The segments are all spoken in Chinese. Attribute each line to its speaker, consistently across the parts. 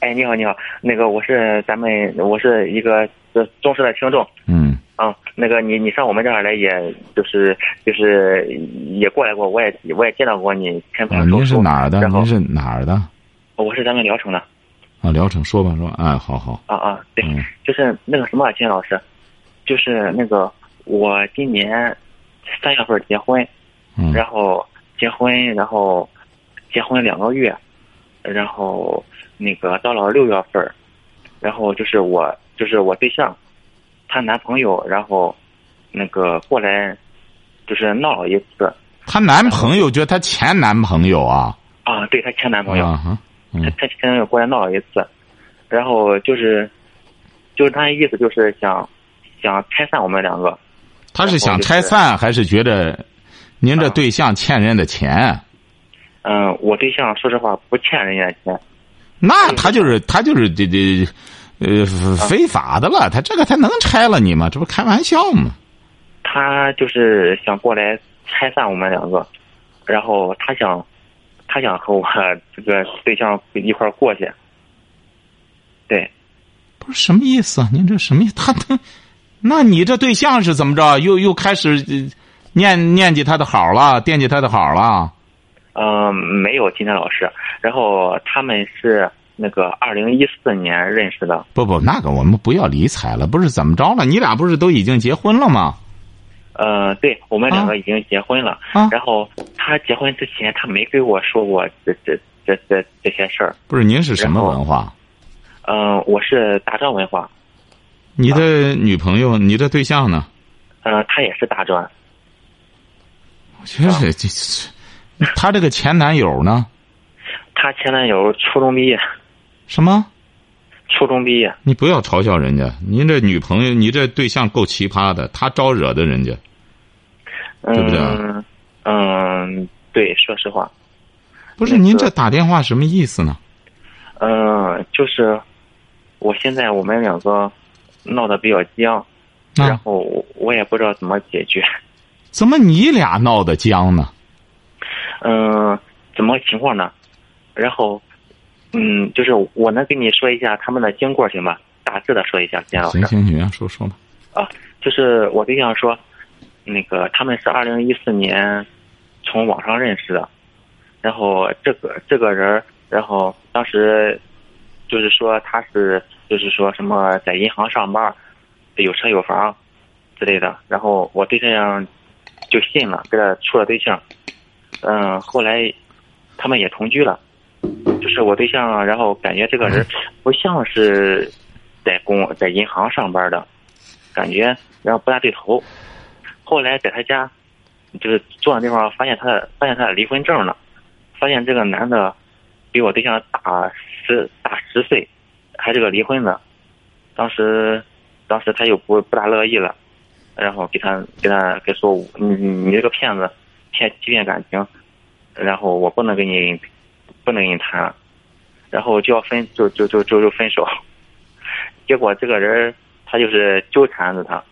Speaker 1: 哎，你好，你好，那个我是咱们，我是一个呃忠实的听众
Speaker 2: 嗯，
Speaker 1: 啊。那个你你上我们这儿来，也就是就是也过来过，我也我也见到过你开
Speaker 2: 啊，
Speaker 1: 盘手
Speaker 2: 您是
Speaker 1: 术。
Speaker 2: 哪儿的？
Speaker 1: 然后
Speaker 2: 您是哪儿的？
Speaker 1: 我是咱们聊城的
Speaker 2: 啊，聊城说吧，说吧，哎，好好，
Speaker 1: 啊啊，对，
Speaker 2: 嗯
Speaker 1: 就是那个什么，金星老师，就是那个我今年三月份结婚，
Speaker 2: 嗯，
Speaker 1: 然后结婚，然后结婚两个月，然后那个到了六月份儿，然后就是我就是我对象，她男朋友，然后那个过来就是闹了一次
Speaker 2: 她男朋友就她前男朋友啊，
Speaker 1: 啊，对她前男朋友，
Speaker 2: 啊哈，
Speaker 1: 她
Speaker 2: 嗯
Speaker 1: 她前男友过来闹了一次，然后就是就是她意思就是想想拆散我们两个，
Speaker 2: 她是想拆散还是觉得您这对象欠人的钱？
Speaker 1: 嗯，我对象说实话不欠人家钱，
Speaker 2: 那他就是他就是这这，呃，非法的了。他这个他能拆了你吗？这不开玩笑吗？
Speaker 1: 他就是想过来拆散我们两个，然后他想，他想和我 呃这个对象一块儿过去。对，
Speaker 2: 不是什么意思啊？您这什么意思？他 他，那你这对象是怎么着？又又开始呃念念记他的好了，惦记他的好了。
Speaker 1: 嗯、没有今天老师，然后他们是那个二零一四年认识的，
Speaker 2: 不不，那个我们不要理睬了。不是怎么着了？你俩不是都已经结婚了吗？
Speaker 1: 呃，对我们两个已经结婚了，
Speaker 2: 啊，
Speaker 1: 然后他结婚之前他没跟我说过这这这这这些事儿，
Speaker 2: 不是您是什么
Speaker 1: 然后
Speaker 2: 文化？
Speaker 1: 嗯、我是大专文化，
Speaker 2: 你的女朋友，你的对象呢？
Speaker 1: 嗯、他也是大专，
Speaker 2: 我觉得这这这，她这个前男友呢？
Speaker 1: 他前男友初中毕业，
Speaker 2: 什么？
Speaker 1: 初中毕业。
Speaker 2: 你不要嘲笑人家，您这女朋友，你这对象够奇葩的，她招惹的人家。对不对
Speaker 1: 嗯嗯，对，说实话，
Speaker 2: 不是
Speaker 1: 那个
Speaker 2: 您这打电话什么意思呢？
Speaker 1: 嗯，就是我现在我们两个闹得比较僵，然
Speaker 2: 啊，
Speaker 1: 后我我也不知道怎么解决。
Speaker 2: 怎么你俩闹得僵呢？
Speaker 1: 嗯，怎么情况呢？然后，嗯，就是我能跟你说一下他们的经过行吗？大致的说一下，啊金老师
Speaker 2: 行。行行，说说吧。
Speaker 1: 就是我对象说，那个他们是二零一四年从网上认识的，然后这个这个人儿，然后当时就是说他是就是说什么在银行上班，有车有房之类的，然后我对象就信了，给他处了对象，嗯，后来他们也同居了。就是我对象，然后感觉这个人不像是在公在银行上班的，感觉然后不大对头。后来在他家，就是坐的地方，发现他的发现他的离婚证了，发现这个男的比我对象大十大十岁，还是个离婚的。当时，当时他又不不大乐意了，然后给他给他给说你你你这个骗子，骗欺骗感情，然后我不能跟你不能跟你谈了，然后就要分就就就就就分手。结果这个人儿他就是纠缠着他，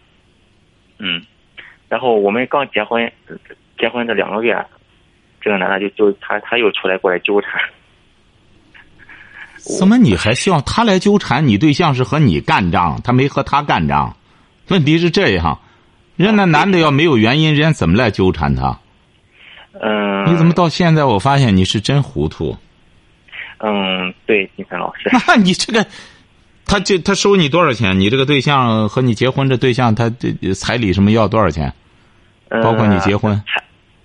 Speaker 1: 嗯，然后我们刚结婚，结婚这两个月，这个男的就就他他又出来过来纠缠，
Speaker 2: 怎么你还希望他来纠缠？你对象是和你干仗，他没和他干仗。问题是这样，人家那男的要没有原因，人家怎么来纠缠他？
Speaker 1: 嗯，
Speaker 2: 你怎么到现在我发现你是真糊涂？
Speaker 1: 嗯对金晨老师，
Speaker 2: 那 你这个，他这他收你多少钱？你这个对象和你结婚这对象，他这彩礼什么要多少钱？
Speaker 1: 嗯
Speaker 2: 包括你结婚，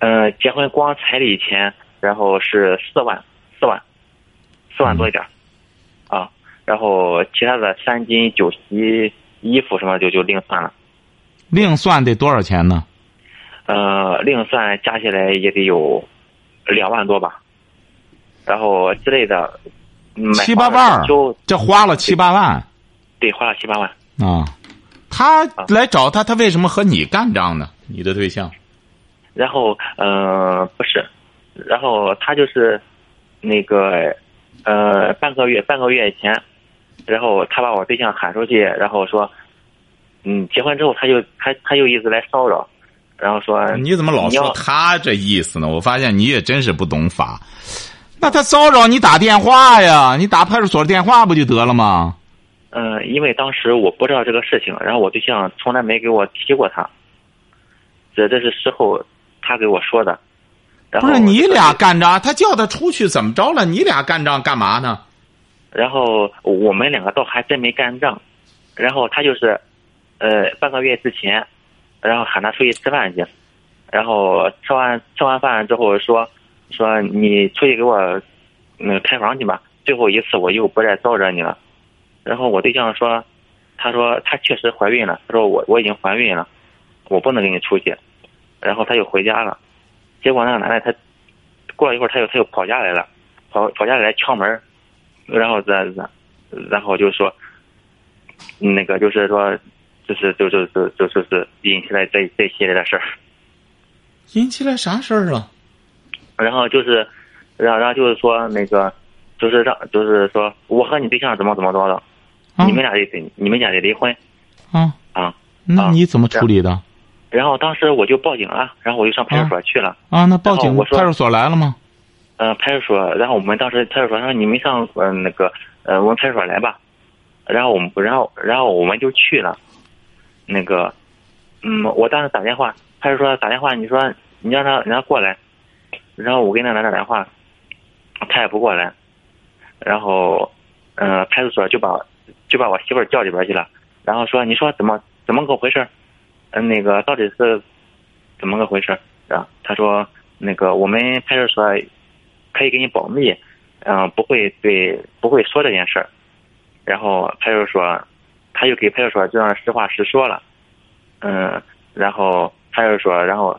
Speaker 1: 嗯、结婚光彩礼钱，然后是四万四万，四万多一点儿，
Speaker 2: 嗯
Speaker 1: 啊，然后其他的三金酒席衣服什么的就就另算了，
Speaker 2: 另算得多少钱呢？
Speaker 1: 呃，另算加起来也得有两万多吧，然后之类的，买
Speaker 2: 七八万儿
Speaker 1: 就，
Speaker 2: 这花了七八万
Speaker 1: 对花了七八万。
Speaker 2: 啊。他
Speaker 1: 啊
Speaker 2: 来找他，他为什么和你干仗呢？你的对象
Speaker 1: 然后，呃，不是，然后他就是那个，呃，半个月半个月以前，然后他把我对象喊出去，然后说，嗯，结婚之后他就他他就一直来骚扰，然后说
Speaker 2: 你怎么老
Speaker 1: 呃你
Speaker 2: 说
Speaker 1: 要
Speaker 2: 他这意思呢？我发现你也真是不懂法。那他骚扰你打电话呀，你打派出所电话不就得了吗？
Speaker 1: 嗯、因为当时我不知道这个事情，然后我对象从来没给我提过他，这这是事后他给我说的。然
Speaker 2: 不
Speaker 1: 后
Speaker 2: 是你俩干仗，他叫他出去怎么着了？你俩干仗干嘛呢？
Speaker 1: 然后我们两个倒还真没干仗，然后他就是，呃，半个月之前，然后喊他出去吃饭去，然后吃完吃完饭之后说说你出去给我，嗯，开房去吧，最后一次我又不再招惹你了。然后我对象说，他说他确实怀孕了，他说我我已经怀孕了，我不能跟你出去，然后他就回家了，结果那个男的他，过了一会儿他又他又跑家来了，跑跑家来敲门儿。然后再然然后就说，那个就是说，就是就就就就就是引起来这这一系列的事儿，
Speaker 2: 引起来啥事儿啊了？
Speaker 1: 然后就是，然后然后就是说那个，就是让就是说我和你对象怎么怎么着的，
Speaker 2: 啊
Speaker 1: 你们俩得你们俩得离婚
Speaker 2: 啊，
Speaker 1: 啊。
Speaker 2: 那
Speaker 1: 啊
Speaker 2: 你怎么处理的？
Speaker 1: 然后当时我就报警了，然后我就上派出所去了，
Speaker 2: 啊，那报
Speaker 1: 然
Speaker 2: 警
Speaker 1: 后我说
Speaker 2: 派出所来了吗？
Speaker 1: 嗯、派出所，然后我们当时派出所说你们上嗯、呃、那个呃我们派出所来吧，然后我们然后然后我们就去了，那个，嗯，我当时打电话，派出所打电话，你说你让他让他过来，然后我给那男的打电话，他也不过来，然后，呃，派出所就把就把我媳妇儿叫里边去了，然后说你说怎么怎么个回事儿，嗯、那个到底是怎么个回事儿？然后他说那个我们派出所可以给你保密，嗯、不会对不会说这件事儿，然后派出所他就给派出所这样实话实说了，嗯，然后派出所然后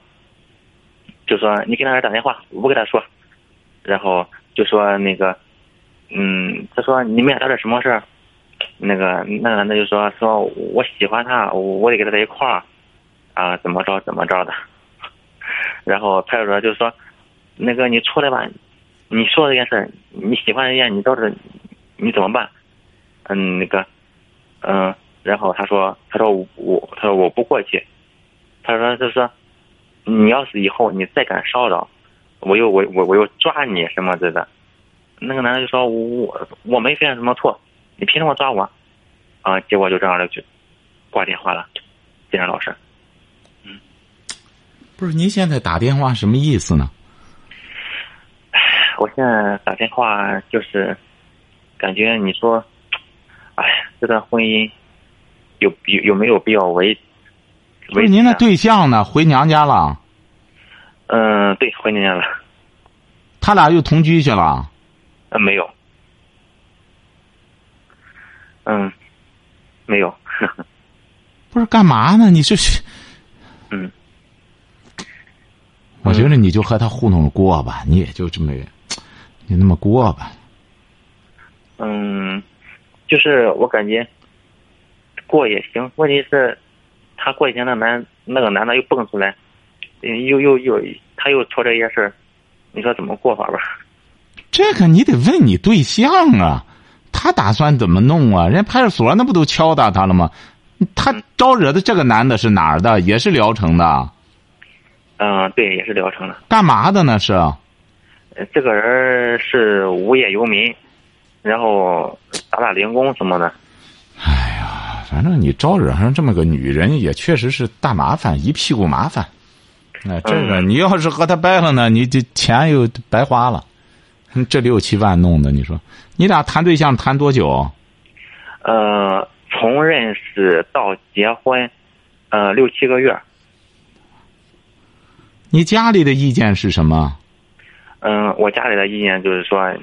Speaker 1: 就说你给那人打电话，我不跟他说，然后就说那个，嗯，他说你们俩到底什么事儿？那个那个男的就说说我喜欢他，我我得跟他在一块儿，啊，怎么着怎么着的，然后派出所就说，那个你出来吧，你说这件事儿，你喜欢人家，你到底你怎么办？嗯，那个，嗯、然后他说，他说我我，他说我不过去，他说就说，你要是以后你再敢骚扰，我又我我我又抓你什么之类的。那个男的就说我我没犯什么错，你凭什么抓我？啊，结果就这样的就挂电话了，金山老师。
Speaker 2: 不是，您现在打电话什么意思呢？
Speaker 1: 我现在打电话就是，感觉你说，哎，这段婚姻有有有没有必要维？
Speaker 2: 不
Speaker 1: 维
Speaker 2: 是
Speaker 1: 持
Speaker 2: 您的
Speaker 1: 啊
Speaker 2: 对象呢？回娘家了，
Speaker 1: 嗯、对，回娘家了，
Speaker 2: 他俩又同居去了。
Speaker 1: 嗯，没有，嗯，没有，
Speaker 2: 不是干嘛呢？你这是，
Speaker 1: 嗯，
Speaker 2: 我觉得你就和他糊弄着过吧，你也就这么，你那么过吧。
Speaker 1: 嗯，就是我感觉过也行，问题是，他过几天那男那个男的又蹦出来，又又又他又说这些事儿，你说怎么过法吧？
Speaker 2: 这个你得问你对象啊，他打算怎么弄啊？人家派出所那不都敲打他了吗？他招惹的这个男的是哪儿的？也是聊城的，
Speaker 1: 嗯、对，也是聊城的。
Speaker 2: 干嘛的呢？是
Speaker 1: 呃这个人儿是无业游民，然后打打零工什么的。
Speaker 2: 反正你招惹上这么个女人，也确实是大麻烦，一屁股麻烦。那、这个，
Speaker 1: 嗯
Speaker 2: 你要是和他掰了呢，你这钱又白花了，哼这六七万弄的，你说你俩谈对象谈多久？
Speaker 1: 呃，从认识到结婚，呃，六七个月。
Speaker 2: 你家里的意见是什么？
Speaker 1: 嗯、我家里的意见就是说，呃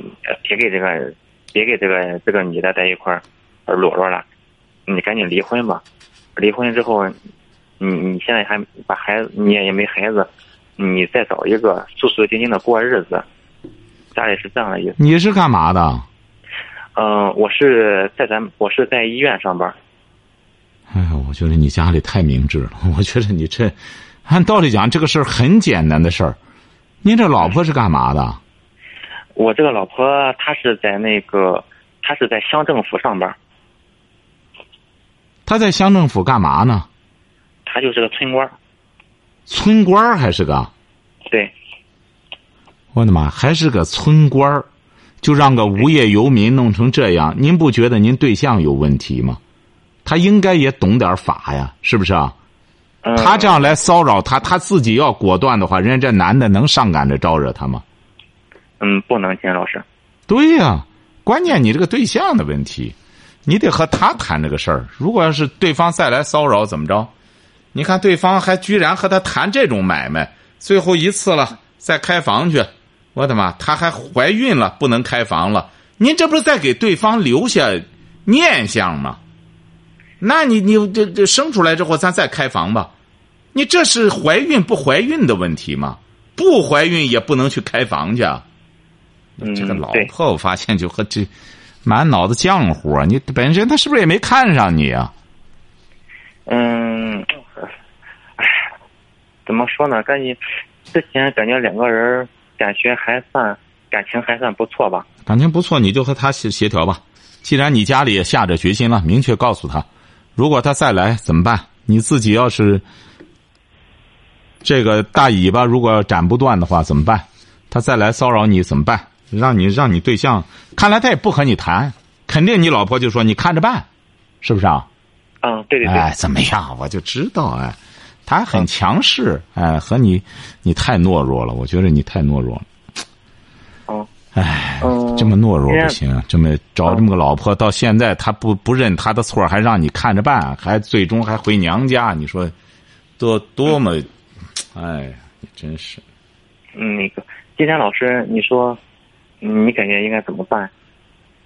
Speaker 1: 别给这个，别给这个这个女的在一块儿呃裸裸了，你赶紧离婚吧。离婚之后，你你现在还把孩子，你也也没孩子，你再找一个舒舒静静的过日子。家里是这样的意思。
Speaker 2: 你是干嘛的？
Speaker 1: 嗯、我是在咱我是在医院上班。
Speaker 2: 哎呀，我觉得你家里太明智了。 我觉得你这，按道理讲，这个事儿很简单的事儿。您这老婆是干嘛的？
Speaker 1: 我这个老婆她是在那个，她是在乡政府上班，
Speaker 2: 她在乡政府干嘛呢？
Speaker 1: 她就是个村官儿。
Speaker 2: 村官儿还是个？
Speaker 1: 对，
Speaker 2: 我的妈，还是个村官儿，就让个无业游民弄成这样，您不觉得您对象有问题吗？他应该也懂点法呀，是不是啊？
Speaker 1: 嗯、
Speaker 2: 他这样来骚扰他，他自己要果断的话，人家这男的能上赶着招惹他吗？
Speaker 1: 嗯，不能金老师。
Speaker 2: 对呀、关键你这个对象的问题，你得和他谈这个事儿。如果要是对方再来骚扰，怎么着？你看对方还居然和他谈这种买卖，最后一次了，再开房去，我的妈！她还怀孕了，不能开房了。您这不是在给对方留下念想吗？那你你这这生出来之后，咱再开房吧。你这是怀孕不怀孕的问题吗？不怀孕也不能去开房去啊。
Speaker 1: 嗯，
Speaker 2: 这个老
Speaker 1: 对，
Speaker 2: 婆，我发现就和这满脑子浆糊啊！你本身他是不是也没看上你啊？
Speaker 1: 嗯，哎，怎么说呢？感觉之前感觉两个人感觉还算感情还算不错吧。
Speaker 2: 感情不错，你就和他协协调吧。既然你家里也下着决心了，明确告诉他，如果他再来怎么办？你自己要是这个大尾巴如果斩不断的话怎么办？他再来骚扰你怎么办？让你让你对象，看来他也不和你谈，肯定你老婆就说你看着办，是不是啊？
Speaker 1: 嗯，对对对，
Speaker 2: 哎，怎么样？我就知道，哎，他很强势，哎，和你，你太懦弱了，我觉得你太懦弱了，
Speaker 1: 嗯
Speaker 2: 哎，
Speaker 1: 嗯，
Speaker 2: 这么懦弱
Speaker 1: 因为
Speaker 2: 不行啊，这么找这么个老婆，到现在他不不认他的错，还让你看着办，还最终还回娘家，你说多多么，哎，你真是，
Speaker 1: 嗯，那个金山老师，你说嗯你感觉应该怎么办？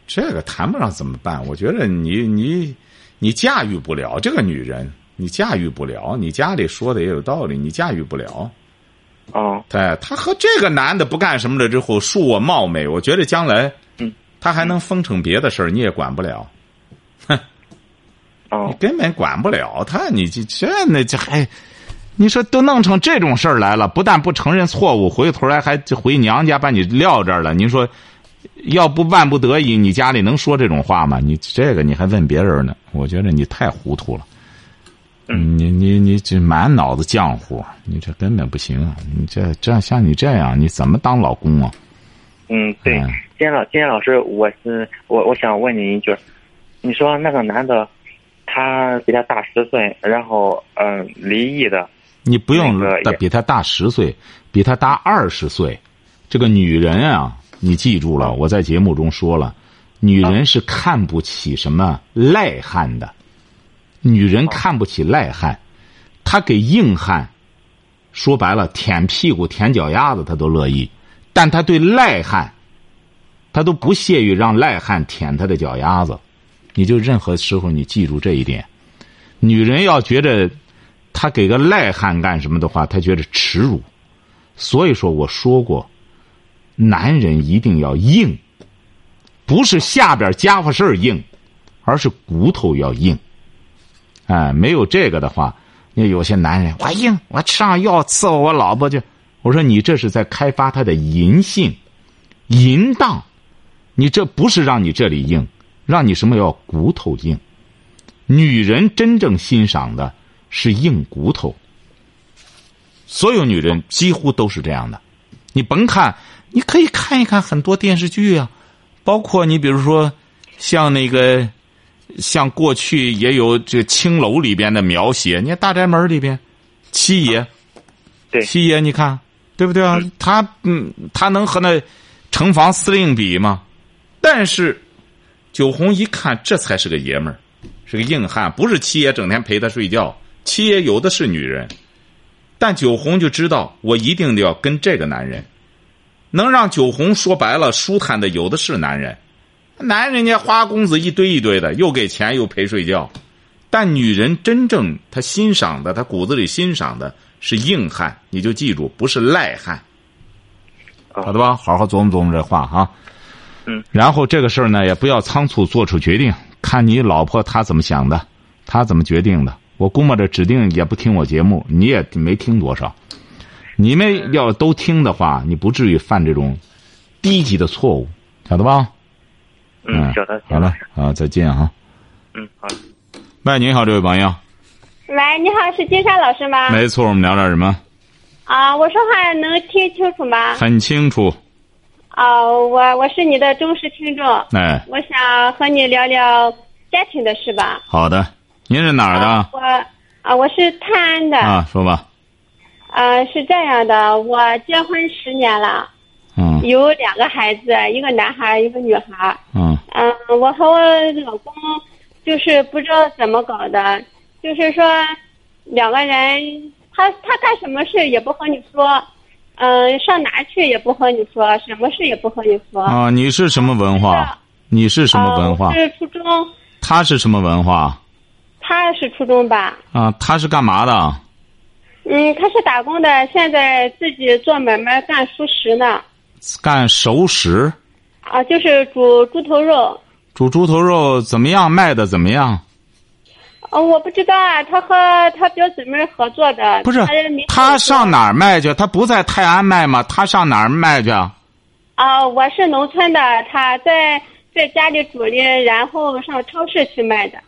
Speaker 2: 这个谈不上怎么办？我觉得你你你驾驭不了这个女人，你驾驭不了，你家里说的也有道理，你驾驭不了。
Speaker 1: 哦，
Speaker 2: 对他和这个男的不干什么了之后，恕我冒昧，我觉得将来，
Speaker 1: 嗯，
Speaker 2: 他还能封成别的事儿，你也管不了，你
Speaker 1: 哦，
Speaker 2: 根本管不了他。你这这那这还，你说都弄成这种事儿来了，不但不承认错误，回头来还回娘家把你撂这儿了。您说，要不万不得已，你家里能说这种话吗？你这个你还问别人呢？我觉得你太糊涂了。
Speaker 1: 嗯
Speaker 2: 你你你这满脑子浆糊，你这根本不行啊！你这这样像你这样，你怎么当老公啊？
Speaker 1: 嗯，对
Speaker 2: 嗯，
Speaker 1: 金山老金山老师，我是我我想问你一句，你说那个男的，他比他大十岁，然后嗯、呃离异的，
Speaker 2: 你不用
Speaker 1: 那个
Speaker 2: 大
Speaker 1: 也
Speaker 2: 比他大十岁，比他大二十岁，这个女人啊，你记住
Speaker 1: 嗯
Speaker 2: 了，我在节目中说了，女人是看不起什么赖汉的，女
Speaker 1: 哦
Speaker 2: 人看不起赖汉，她给硬汉，说白了舔屁股舔脚丫子她都乐意，但她对赖汉，她都不屑于让赖汉舔她的脚丫子，你就任何时候你记住这一点，女人要觉着他给个赖汉干什么的话，他觉得耻辱。所以说，我说过，男人一定要硬，不是下边家伙事儿硬，而是骨头要硬。哎，没有这个的话，那有些男人我硬，我吃上药伺候我老婆去。我说你这是在开发他的淫性、淫荡，你这不是让你这里硬，让你什么要骨头硬。女人真正欣赏的是硬骨头。所有女人几乎都是这样的，你甭看，你可以看一看很多电视剧啊，包括你比如说像那个，像过去也有这青楼里边的描写，你看《大宅门》里边，七爷，
Speaker 1: 对
Speaker 2: 七爷，你看对不对啊？他嗯，他能和那城防司令比吗？但是九红一看，这才是个爷们儿。是个硬汉，不是七爷整天陪他睡觉。七爷有的是女人，但九红就知道我一定得要跟这个男人。能让九红说白了舒坦的有的是男人，男人家花公子一堆一堆的，又给钱又陪睡觉。但女人真正她欣赏的，她骨子里欣赏的是硬汉，你就记住，不是赖汉，
Speaker 1: 哦
Speaker 2: 好的吧？好好琢磨琢磨这话哈、
Speaker 1: 嗯，
Speaker 2: 然后这个事儿呢，也不要仓促做出决定，看你老婆她怎么想的，她怎么决定的。我估摸着指定也不听我节目，你也没听多少。你们要都听的话，你不至于犯这种低级的错误，晓得吧？
Speaker 1: 嗯，晓得。
Speaker 2: 好了啊，再见啊。
Speaker 1: 嗯，好。
Speaker 2: 喂，你好，这位朋友。
Speaker 3: 啊喂，你好，是金山老师吗？
Speaker 2: 没错，我们聊点什么？
Speaker 3: 啊，我说话能听清楚吗？
Speaker 2: 很清楚。
Speaker 3: 哦，我我是你的忠实听众。
Speaker 2: 哎。
Speaker 3: 我想和你聊聊家庭的事吧。
Speaker 2: 好的，您是哪儿的？
Speaker 3: 啊我啊，我是泰安的。
Speaker 2: 啊，说吧。
Speaker 3: 呃，是这样的，我结婚十年了，
Speaker 2: 嗯
Speaker 3: 有两个孩子，一个男孩，一个女孩。
Speaker 2: 嗯
Speaker 3: 嗯、我和我老公就是不知道怎么搞的，就是说两个人，他他干什么事也不和你说，嗯、上哪儿去也不和你说，什么事也不和你说。
Speaker 2: 啊，你是什么文化
Speaker 3: 是？
Speaker 2: 你是什么
Speaker 3: 呃
Speaker 2: 文化
Speaker 3: 我？是初中，
Speaker 2: 他是什么文化？
Speaker 3: 他是初中吧？
Speaker 2: 啊，他是干嘛的？
Speaker 3: 嗯，他是打工的，现在自己做买卖干熟食呢。
Speaker 2: 干熟食，
Speaker 3: 啊，就是煮猪头肉。
Speaker 2: 煮猪头肉怎么样？卖的怎么样？
Speaker 3: 呃，我不知道啊，他和他表姊妹合作的。
Speaker 2: 不是
Speaker 3: 没
Speaker 2: 他上哪儿卖去？他不在泰安卖吗？他上哪儿卖去？啊？
Speaker 3: 啊、我是农村的，他在在家里煮的，然后上超市去卖的。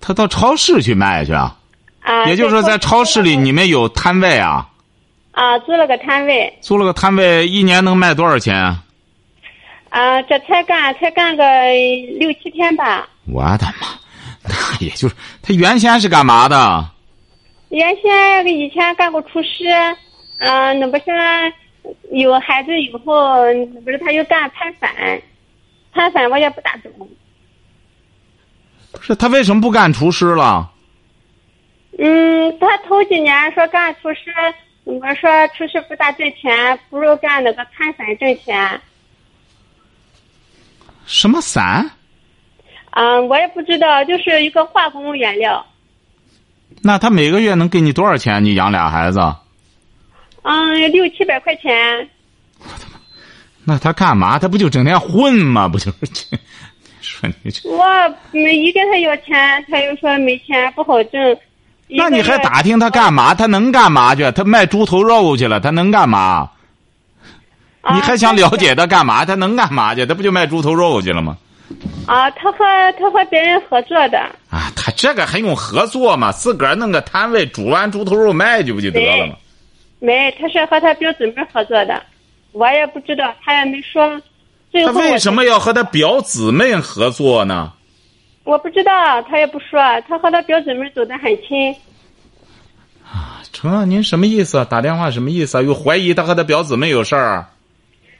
Speaker 2: 他到超市去卖去啊？
Speaker 3: 啊，
Speaker 2: 也就是说，在超市里
Speaker 3: 租了个
Speaker 2: 你们有摊位啊？
Speaker 3: 啊租了个摊位，
Speaker 2: 租了个摊位，一年能卖多少钱啊？
Speaker 3: 啊，这才干才干个六七天吧。
Speaker 2: 我的妈！ 那也就是他原先是干嘛的？
Speaker 3: 原先以前干过厨师，嗯、那不是有孩子以后，不是他又干摊贩，摊贩我也不大懂。
Speaker 2: 不是他为什么不干厨师了？
Speaker 3: 嗯，他头几年说干厨师，我说厨师不大挣钱，不如干那个摊贩挣钱。
Speaker 2: 什么伞？
Speaker 3: 嗯，我也不知道，就是一个化工原料。
Speaker 2: 那他每个月能给你多少钱？你养俩孩子，
Speaker 3: 嗯，六七百块钱。
Speaker 2: 那他干嘛？他不就整天混吗？不就是这？说你这，
Speaker 3: 我嗯一跟他要钱，他又说没钱不好挣。
Speaker 2: 那你还打
Speaker 3: 一个月？
Speaker 2: 听他干嘛？他能干嘛去？他卖猪头肉去了，他能干嘛？
Speaker 3: 啊
Speaker 2: 你还想了解他干嘛？他能干嘛去？他不就卖猪头肉去了吗？
Speaker 3: 啊？他和他和别人合作的。
Speaker 2: 啊，他这个还用合作吗？自个儿弄个摊位，煮完猪头肉卖去不就得了吗？
Speaker 3: 没，他是和他表姊妹合作的，我也不知道，他也没说。最
Speaker 2: 他
Speaker 3: 后
Speaker 2: 为
Speaker 3: 我
Speaker 2: 什么要和他表姊妹合作呢？
Speaker 3: 我不知道，他也不说，他和他表姊妹走得很亲。
Speaker 2: 成啊，您什么意思？啊？打电话什么意思啊？又怀疑他和他表姊妹有事儿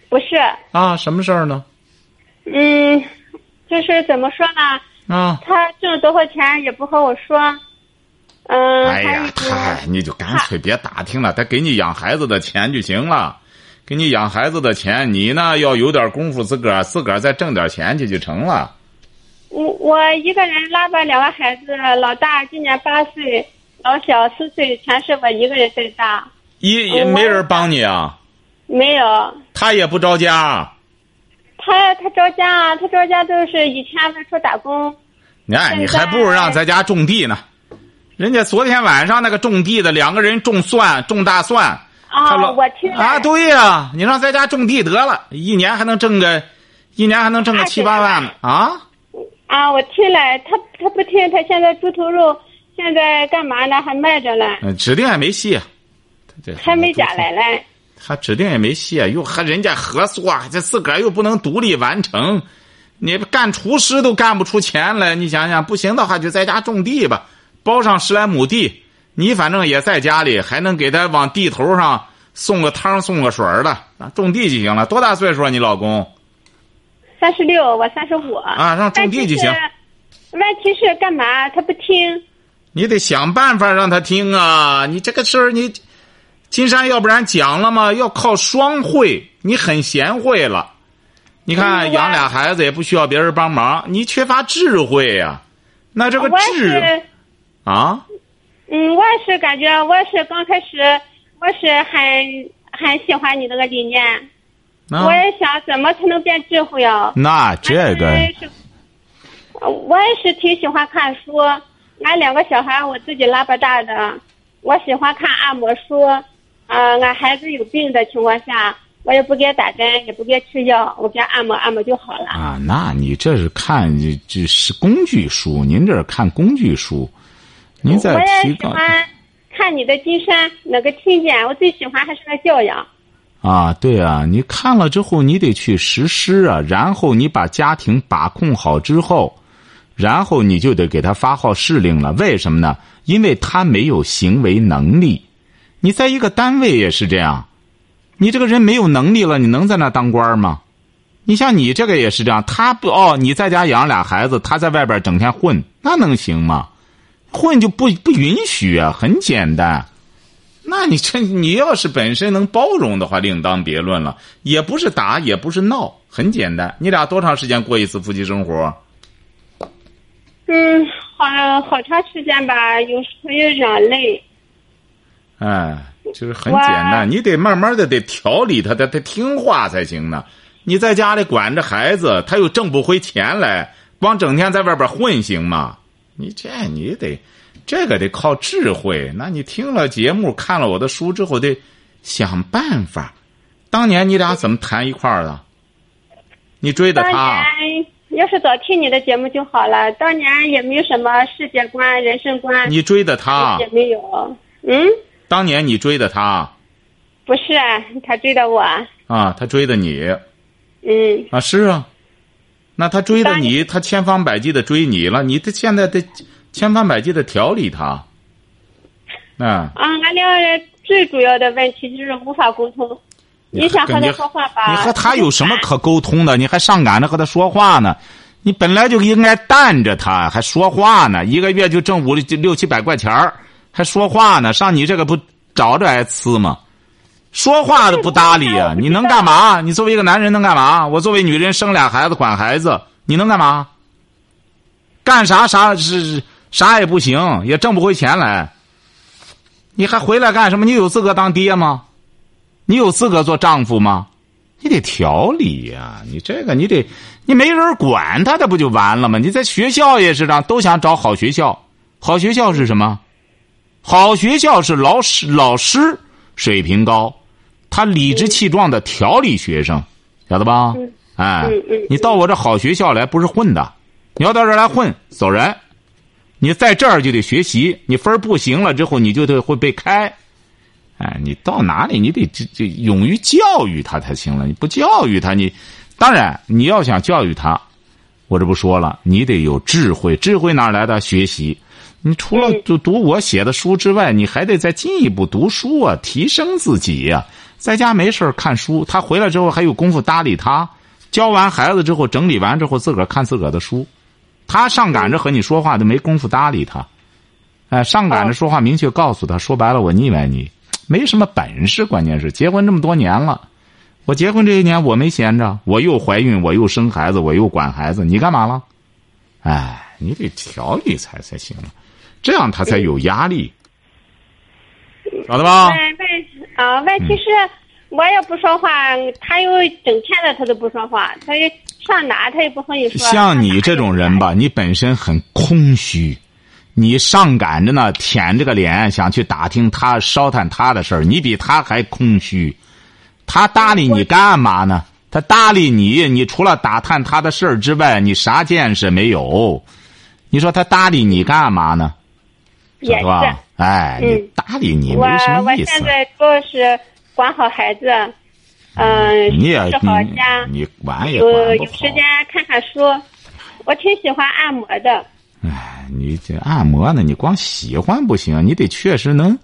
Speaker 3: 不是，
Speaker 2: 啊？什么事儿呢？
Speaker 3: 嗯，就是怎么说呢？
Speaker 2: 啊？
Speaker 3: 他挣多少钱也不和我说。嗯，
Speaker 2: 哎
Speaker 3: 还
Speaker 2: 呀
Speaker 3: 有，
Speaker 2: 他你就干脆别打听了，他给你养孩子的钱就行了，给你养孩子的钱，你呢要有点功夫，自个儿自个儿再挣点钱去就成了。
Speaker 3: 我我一个人拉拔两个孩子，老大今年八岁，老小四岁，全是我一个人带大，
Speaker 2: 一
Speaker 3: 哦
Speaker 2: 也没人帮你啊，
Speaker 3: 没有。
Speaker 2: 他也不着家。
Speaker 3: 他他着家啊，他着家都是以前外出打工，
Speaker 2: 你看，
Speaker 3: 现
Speaker 2: 哎你还不如让在家种地呢。人家昨天晚上那个种地的两个人种蒜，种大蒜。
Speaker 3: 啊
Speaker 2: 他老
Speaker 3: 我听了
Speaker 2: 啊，对呀、你让在家种地得了，一年还能挣个，一年还能挣个
Speaker 3: 二十
Speaker 2: 七八万呢啊！
Speaker 3: 啊，我听了，他他不听，他现在猪头肉现在干嘛呢？还卖着呢，
Speaker 2: 嗯，指定也没戏、啊。他这
Speaker 3: 还没嫁来嘞。
Speaker 2: 他指定也没戏、啊，又和人家合作，啊这自个儿又不能独立完成，你干厨师都干不出钱来，你想想，不行的话就在家种地吧，包上十来亩地，你反正也在家里，还能给他往地头上送个汤送个水儿的，啊种地就行了。多大岁数啊，你老公？
Speaker 3: 三十六，我三十五。
Speaker 2: 啊让种地就行
Speaker 3: 问题是干嘛？他不听。
Speaker 2: 你得想办法让他听啊！你这个事儿，你金山要不然讲了吗？要靠双会，你很贤惠了。你看
Speaker 3: 嗯我
Speaker 2: 养俩孩子也不需要别人帮忙，你缺乏智慧呀、那这个
Speaker 3: 我也
Speaker 2: 智
Speaker 3: 是，
Speaker 2: 啊，
Speaker 3: 嗯，我也是感觉，我也是刚开始，我是很很喜欢你这个理念。
Speaker 2: 那
Speaker 3: 我也想怎么才能变智慧啊？
Speaker 2: 那啊嗯这个
Speaker 3: 俺是呃我也是挺喜欢看书，俺两个小孩我自己拉拔大的，我喜欢看按摩书。啊、俺孩子有病的情况下，我也不给打针，也不给吃药，我给他按摩按摩就好了。
Speaker 2: 啊，那你这是看这是工具书，您这是看工具书，您
Speaker 3: 我
Speaker 2: 在
Speaker 3: 也
Speaker 2: 提
Speaker 3: 喜
Speaker 2: 高
Speaker 3: 欢看你的金山哪个听见，我最喜欢还是那教养。
Speaker 2: 啊，对啊，你看了之后你得去实施啊，然后你把家庭把控好之后，然后你就得给他发号施令了。为什么呢？因为他没有行为能力。你在一个单位也是这样，你这个人没有能力了，你能在那当官吗？你像你这个也是这样，他不哦，你在家养俩孩子，他在外边整天混，那能行吗？混就不不允许啊，很简单。那你这你要是本身能包容的话，另当别论了。也不是打，也不是闹，很简单。你俩多长时间过一次夫妻生活？
Speaker 3: 嗯，好好长时间吧，有时候也忍累。
Speaker 2: 哎，就是很简单。你得慢慢的得调理他，他他听话才行呢。你在家里管着孩子，他又挣不回钱来，光整天在外边混行吗？你这你得，这个得靠智慧。那你听了节目，看了我的书之后，得想办法。当年你俩怎么谈一块儿的？你追的
Speaker 3: 当
Speaker 2: 他。啊
Speaker 3: 年要是早听你的节目就好了，当年也没有什么世界观、人生观，
Speaker 2: 你啊追的他
Speaker 3: 也，没有。嗯，
Speaker 2: 当年你追的他
Speaker 3: 不是，他追的我。
Speaker 2: 啊，他追的你
Speaker 3: 嗯，
Speaker 2: 啊，是啊，那他追的
Speaker 3: 当
Speaker 2: 你，他千方百计的追你了，你这现在得千方百计的调理他，啊，
Speaker 3: 啊，俺俩人最主要的问题就是无法沟通。你想和
Speaker 2: 跟
Speaker 3: 他
Speaker 2: 你
Speaker 3: 说话吧？
Speaker 2: 你和他有什么可沟通的？你还上赶着和他说话呢？你本来就应该淡着他，还说话呢？一个月就挣五六六七百块钱儿还说话呢？上你这个不找着挨呲吗？说话都不搭理呀、
Speaker 3: 我不知道
Speaker 2: 你能干嘛？你作为一个男人能干嘛？我作为女人生俩孩子管孩子，你能干嘛？干啥啥是啥也不行，也挣不回钱来。你还回来干什么？你有资格当爹吗？你有资格做丈夫吗？你得调理呀、你这个你得，你没人管他，他不就完了吗？你在学校也是这样，都想找好学校。好学校是什么？好学校是老师老师水平高，他理直气壮的调理学生，晓得吧？哎
Speaker 3: 嗯嗯，
Speaker 2: 你到我这好学校来不是混的，你要到这儿来混走人。你在这儿就得学习，你分儿不行了之后，你就得会被开。哎，你到哪里你得这这勇于教育他才行了。你不教育他，你当然你要想教育他，我这不说了，你得有智慧。智慧哪来的？学习。你除了
Speaker 3: 嗯
Speaker 2: 就读我写的书之外，你还得再进一步读书啊，提升自己呀、在家没事儿看书，他回来之后还有功夫搭理他。教完孩子之后，整理完之后，自个儿看自个儿的书。他上赶着和你说话，都没工夫搭理他。哎，上赶着说话，明确告诉他，说白了，我腻歪你，没什么本事，关键是结婚这么多年了，我结婚这些年我没闲着，我又怀孕，我又生孩子，我又管孩子，你干嘛了？哎，你得调理才才行了，这样他才有压力，晓得吧？
Speaker 3: 问问啊，问题是我也不说话，他又整天的他都不说话，他又上哪他也不和你说。
Speaker 2: 像你这种人
Speaker 3: 哎
Speaker 2: 吧，你本身很空虚，你上赶着呢，舔着个脸想去打听他、烧探他的事儿，你比他还空虚。他搭理你干嘛呢？他搭理你，你除了打探他的事儿之外，你啥见识没有？你说他搭理你干嘛呢？
Speaker 3: 也
Speaker 2: 是
Speaker 3: 是，
Speaker 2: 吧？哎，
Speaker 3: 嗯
Speaker 2: 你搭理你
Speaker 3: 我
Speaker 2: 没什么
Speaker 3: 我
Speaker 2: 意思
Speaker 3: 现。在主要是管好孩子，嗯，
Speaker 2: 你也
Speaker 3: 收拾好
Speaker 2: 你
Speaker 3: 家，
Speaker 2: 你管也
Speaker 3: 有
Speaker 2: 管不
Speaker 3: 有
Speaker 2: 好。
Speaker 3: 时间看看书，我挺喜欢按摩的。
Speaker 2: 哎，你这按摩呢，你光喜欢不行，你得确实能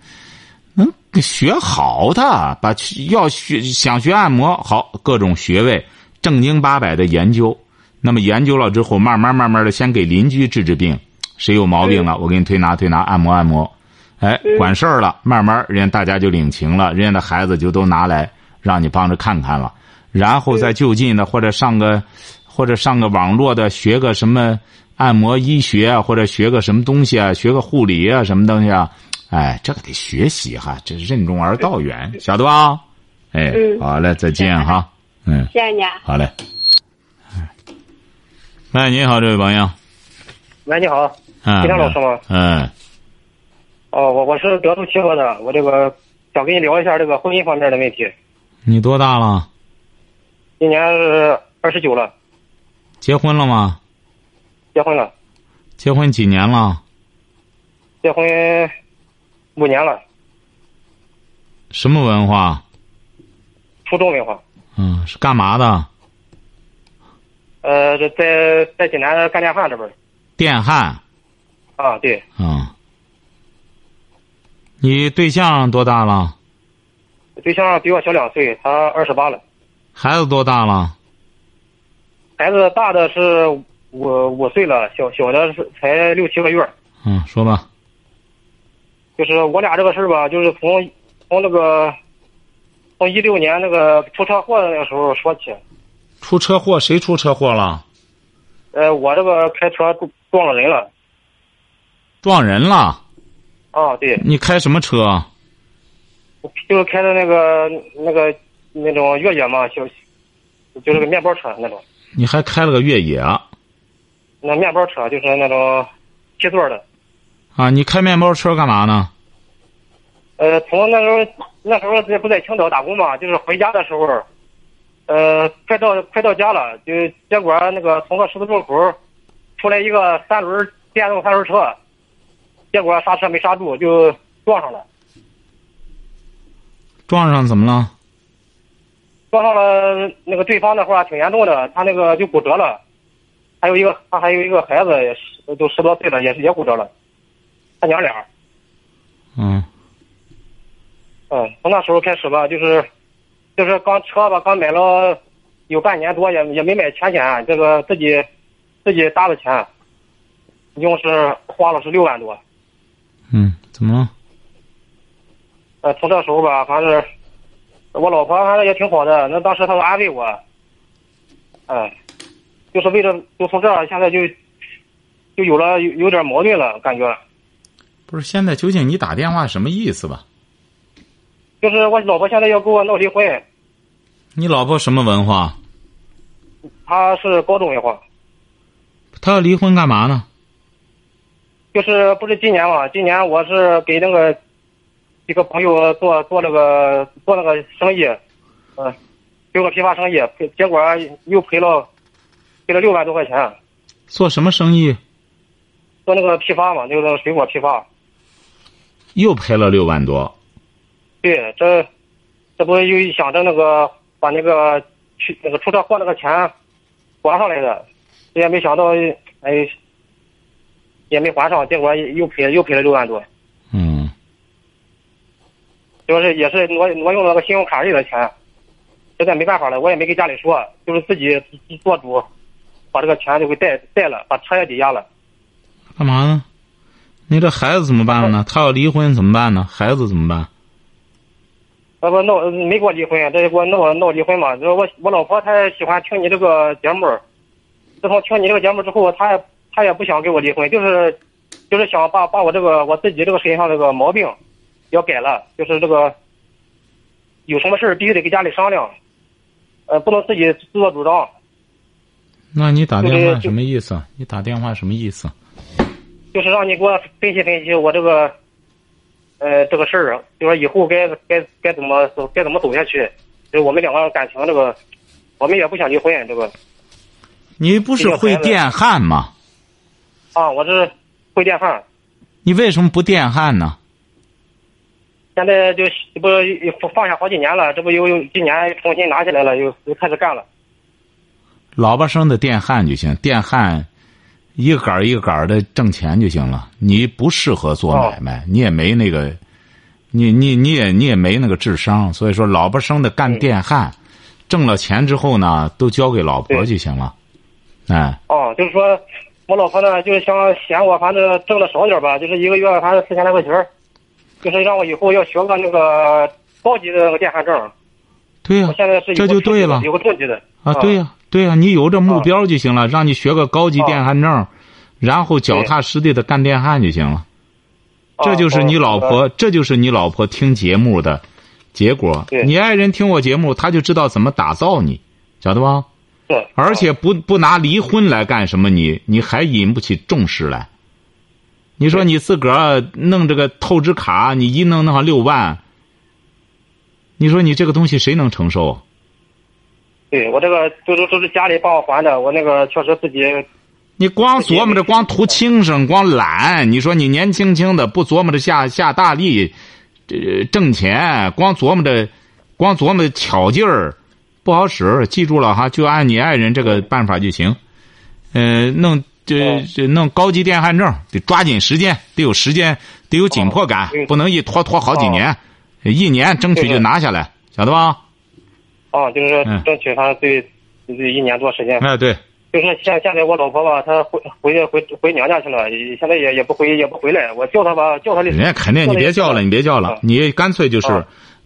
Speaker 2: 能学好它，把去要学想学按摩好各种穴位正经八百的研究。那么研究了之后，慢慢慢慢的先给邻居治治病，谁有毛病了，我给你推拿推拿，按摩按摩。哎，管事儿了，慢慢人家大家就领情了，人家的孩子就都拿来让你帮着看看了，然后再就近的或者上个，或者上个网络的学个什么按摩医学啊，或者学个什么东西啊，学个护理啊，什么东西啊，哎，这个得学习哈，这任重而道远，晓得吧？哎，
Speaker 3: 嗯
Speaker 2: 好嘞，再见哈。嗯，
Speaker 3: 谢谢你啊。
Speaker 2: 好嘞。哎，您好，这位朋友。
Speaker 4: 喂，你好，
Speaker 2: 嗯，
Speaker 4: 金山老师吗
Speaker 2: 嗯，
Speaker 4: 哦，我我是德州齐河的，我这个想跟你聊一下这个婚姻方面的问题。
Speaker 2: 你多大了？
Speaker 4: 今年是二十九了，
Speaker 2: 结婚了吗？
Speaker 4: 结婚了，
Speaker 2: 结婚几年了？
Speaker 4: 结婚五年了，
Speaker 2: 什么文化？
Speaker 4: 初中文化，
Speaker 2: 嗯，是干嘛的？
Speaker 4: 呃，这在在济南干电焊这边儿
Speaker 2: 电焊
Speaker 4: 啊，对，
Speaker 2: 啊。你对象多大了？
Speaker 4: 对象比我小两岁，他二十八了，
Speaker 2: 孩子多大了？
Speaker 4: 孩子大的是五五岁了，小小的是才六七个月。
Speaker 2: 嗯，说吧。
Speaker 4: 就是我俩这个事儿吧，就是从从那个从一六年那个出车祸的那个时候说起。
Speaker 2: 出车祸？谁出车祸了？
Speaker 4: 呃，我这个开车撞撞了人了。
Speaker 2: 撞人了？
Speaker 4: 啊，对，
Speaker 2: 你开什么车？
Speaker 4: 就是开的那个那个那种越野嘛，小，就是个面包车那种，
Speaker 2: 你还开了个越野啊？
Speaker 4: 那面包车就是那种七座的。
Speaker 2: 啊你开面包车干嘛呢？
Speaker 4: 呃，从那时候那时候在不在青岛打工嘛，就是回家的时候，呃，快到快到家了，就结果那个从个十字路口出来一个三轮电动三轮车，结果刹车没刹住就撞上了，
Speaker 2: 撞上怎么了？
Speaker 4: 撞上了那个对方的话挺严重的，他那个就骨折了，还有一个他还有一个孩子也十都十多岁了，也是也骨折了，他娘俩。
Speaker 2: 嗯，
Speaker 4: 嗯，从那时候开始吧，就是，就是刚车吧，刚买了有半年多，也也没买全险，这个自己自己搭的钱，一共是花了是六万多。
Speaker 2: 嗯，怎么了？
Speaker 4: 呃，从这时候吧，反正我老婆反正也挺好的，那当时她都安慰我，哎、就是为了就从这儿现在就就有了有有点矛盾了，感觉
Speaker 2: 不是，现在究竟你打电话什么意思吧？
Speaker 4: 就是我老婆现在要跟我闹离婚，
Speaker 2: 你老婆什么文化？
Speaker 4: 她是高中文化。
Speaker 2: 她要离婚干嘛呢？
Speaker 4: 就是不是今年嘛？今年我是给那个一个朋友做做那个做那个生意，嗯、呃，做个批发生意，赔结果又赔了赔了六万多块钱，
Speaker 2: 做什么生意？
Speaker 4: 做那个批发嘛，就是那个水果批发。
Speaker 2: 又赔了六万多。
Speaker 4: 对，这这不又想着那个把那个去那个出车祸那个钱还上来的，这也没想到，哎，也没还上，结果又赔又赔了六万多。
Speaker 2: 嗯，
Speaker 4: 就是也是挪挪用了个信用卡里的钱，实在没办法了，我也没跟家里说，就是自己做主，把这个钱就给贷贷了，把车也抵押了。
Speaker 2: 干嘛呢？你这孩子怎么办呢？他要离婚怎么办呢？孩子怎么办？
Speaker 4: 那不闹没给我离婚，这给我闹闹离婚嘛。就是我我老婆她喜欢听你这个节目，自从听你这个节目之后，她也她也不想跟我离婚，就是就是想把把我这个我自己这个身上这个毛病要改了，就是这个有什么事儿必须得跟家里商量，呃，不能自己自作主张。
Speaker 2: 那你打
Speaker 4: 就
Speaker 2: 电
Speaker 4: 是
Speaker 2: 话
Speaker 4: 就
Speaker 2: 什么意思？你打电话什么意思？
Speaker 4: 就是让你给我分析分析我这个，呃，这个事儿，就说以后该该该怎么走，该怎么走下去。就是我们两个感情这个，我们也不想离婚，这个
Speaker 2: 你不是会电焊吗？
Speaker 4: 啊，我是会电焊，
Speaker 2: 你为什么不电焊呢？
Speaker 4: 现在就不放下好几年了，这不又又今年重新拿起来了，又又开始干了。
Speaker 2: 老巴生的电焊就行，电焊一个杆儿一个杆儿的挣钱就行了。你不适合做买卖，你也没那个，你你你也你也没那个智商，所以说老巴生的干电焊，挣了钱之后呢，都交给老婆
Speaker 4: 对
Speaker 2: 就行了。哎，
Speaker 4: 啊，就是说我老婆呢，就是想嫌我反正挣的少点儿吧，就是一个月反正四千来块钱儿，就是让我以后要学个那个高级的那个电焊证。
Speaker 2: 对呀、
Speaker 4: 我现在是有
Speaker 2: 嗯这
Speaker 4: 个
Speaker 2: 就
Speaker 4: 初级
Speaker 2: 对
Speaker 4: 的
Speaker 2: 了
Speaker 4: 有个中级的
Speaker 2: 啊，对呀、对呀、你有这目标就行了，让你学个高级电焊证，然后脚踏实地的干电焊就行了。
Speaker 4: 啊
Speaker 2: 这就是你老。
Speaker 4: 我
Speaker 2: 婆，这就是你老婆听节目的结果
Speaker 4: 对。
Speaker 2: 你爱人听我节目，他就知道怎么打造你。晓得吧？
Speaker 4: 是，
Speaker 2: 而且不不拿离婚来干什么你？你还引不起重视来。你说你自个儿弄这个透支卡，你一弄弄上六万，你说你这个东西谁能承受啊？
Speaker 4: 对我这个都都都是家里帮我还的，我那个确实自己
Speaker 2: 你光琢磨着光图轻省，光懒，你说你年轻轻的不琢磨着下下大力，这挣钱，光琢磨着，光琢磨着巧劲儿，不好使。记住了哈，就按你爱人这
Speaker 4: 嗯
Speaker 2: 个办法就行。呃，弄这
Speaker 4: 哦
Speaker 2: 这弄高级电焊证得抓紧时间，得有时间，得有紧迫感
Speaker 4: 哦对，
Speaker 2: 不能一拖拖好几年，一年争取
Speaker 4: 对
Speaker 2: 就
Speaker 4: 对
Speaker 2: 拿下来，晓得吧？
Speaker 4: 啊，就是说
Speaker 2: 嗯
Speaker 4: 争取他对对一年多时间。
Speaker 2: 哎，对，
Speaker 4: 就是现现在我老婆吧，她回回回回娘家去了，也现在也也不回也不回来。我叫她吧，叫她的
Speaker 2: 人家肯定你别叫了，你别叫了
Speaker 4: 嗯，
Speaker 2: 你干脆就是，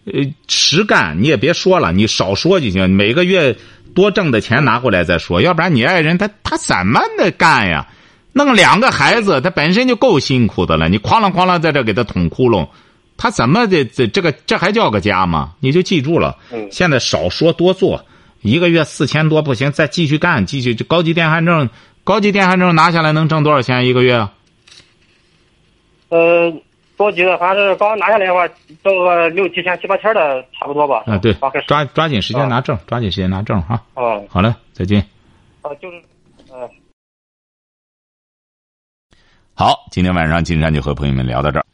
Speaker 4: 嗯
Speaker 2: 呃，实干，你也别说了，你少说就行。每个月多挣的钱拿回来再说，要不然你爱人他他怎么的干呀？弄两个孩子，他本身就够辛苦的了，你哐啷哐啷在这给他捅窟窿，他怎么的这这个这还叫个家吗？你就记住了
Speaker 4: 嗯，
Speaker 2: 现在少说多做，一个月四千多不行，再继续干，继续就高级电焊证，高级电焊证拿下来能挣多少钱一个月啊？
Speaker 4: 呃，多急的，反正刚拿下来的话，挣个六七千、七八千的，差不多吧。
Speaker 2: 啊，对
Speaker 4: 刚开，始
Speaker 2: 抓抓紧时间拿证，抓紧时间拿证哈。
Speaker 4: 啊
Speaker 2: 好嘞，再见。
Speaker 4: 啊，就是，呃，
Speaker 2: 好，今天晚上金山就和朋友们聊到这儿。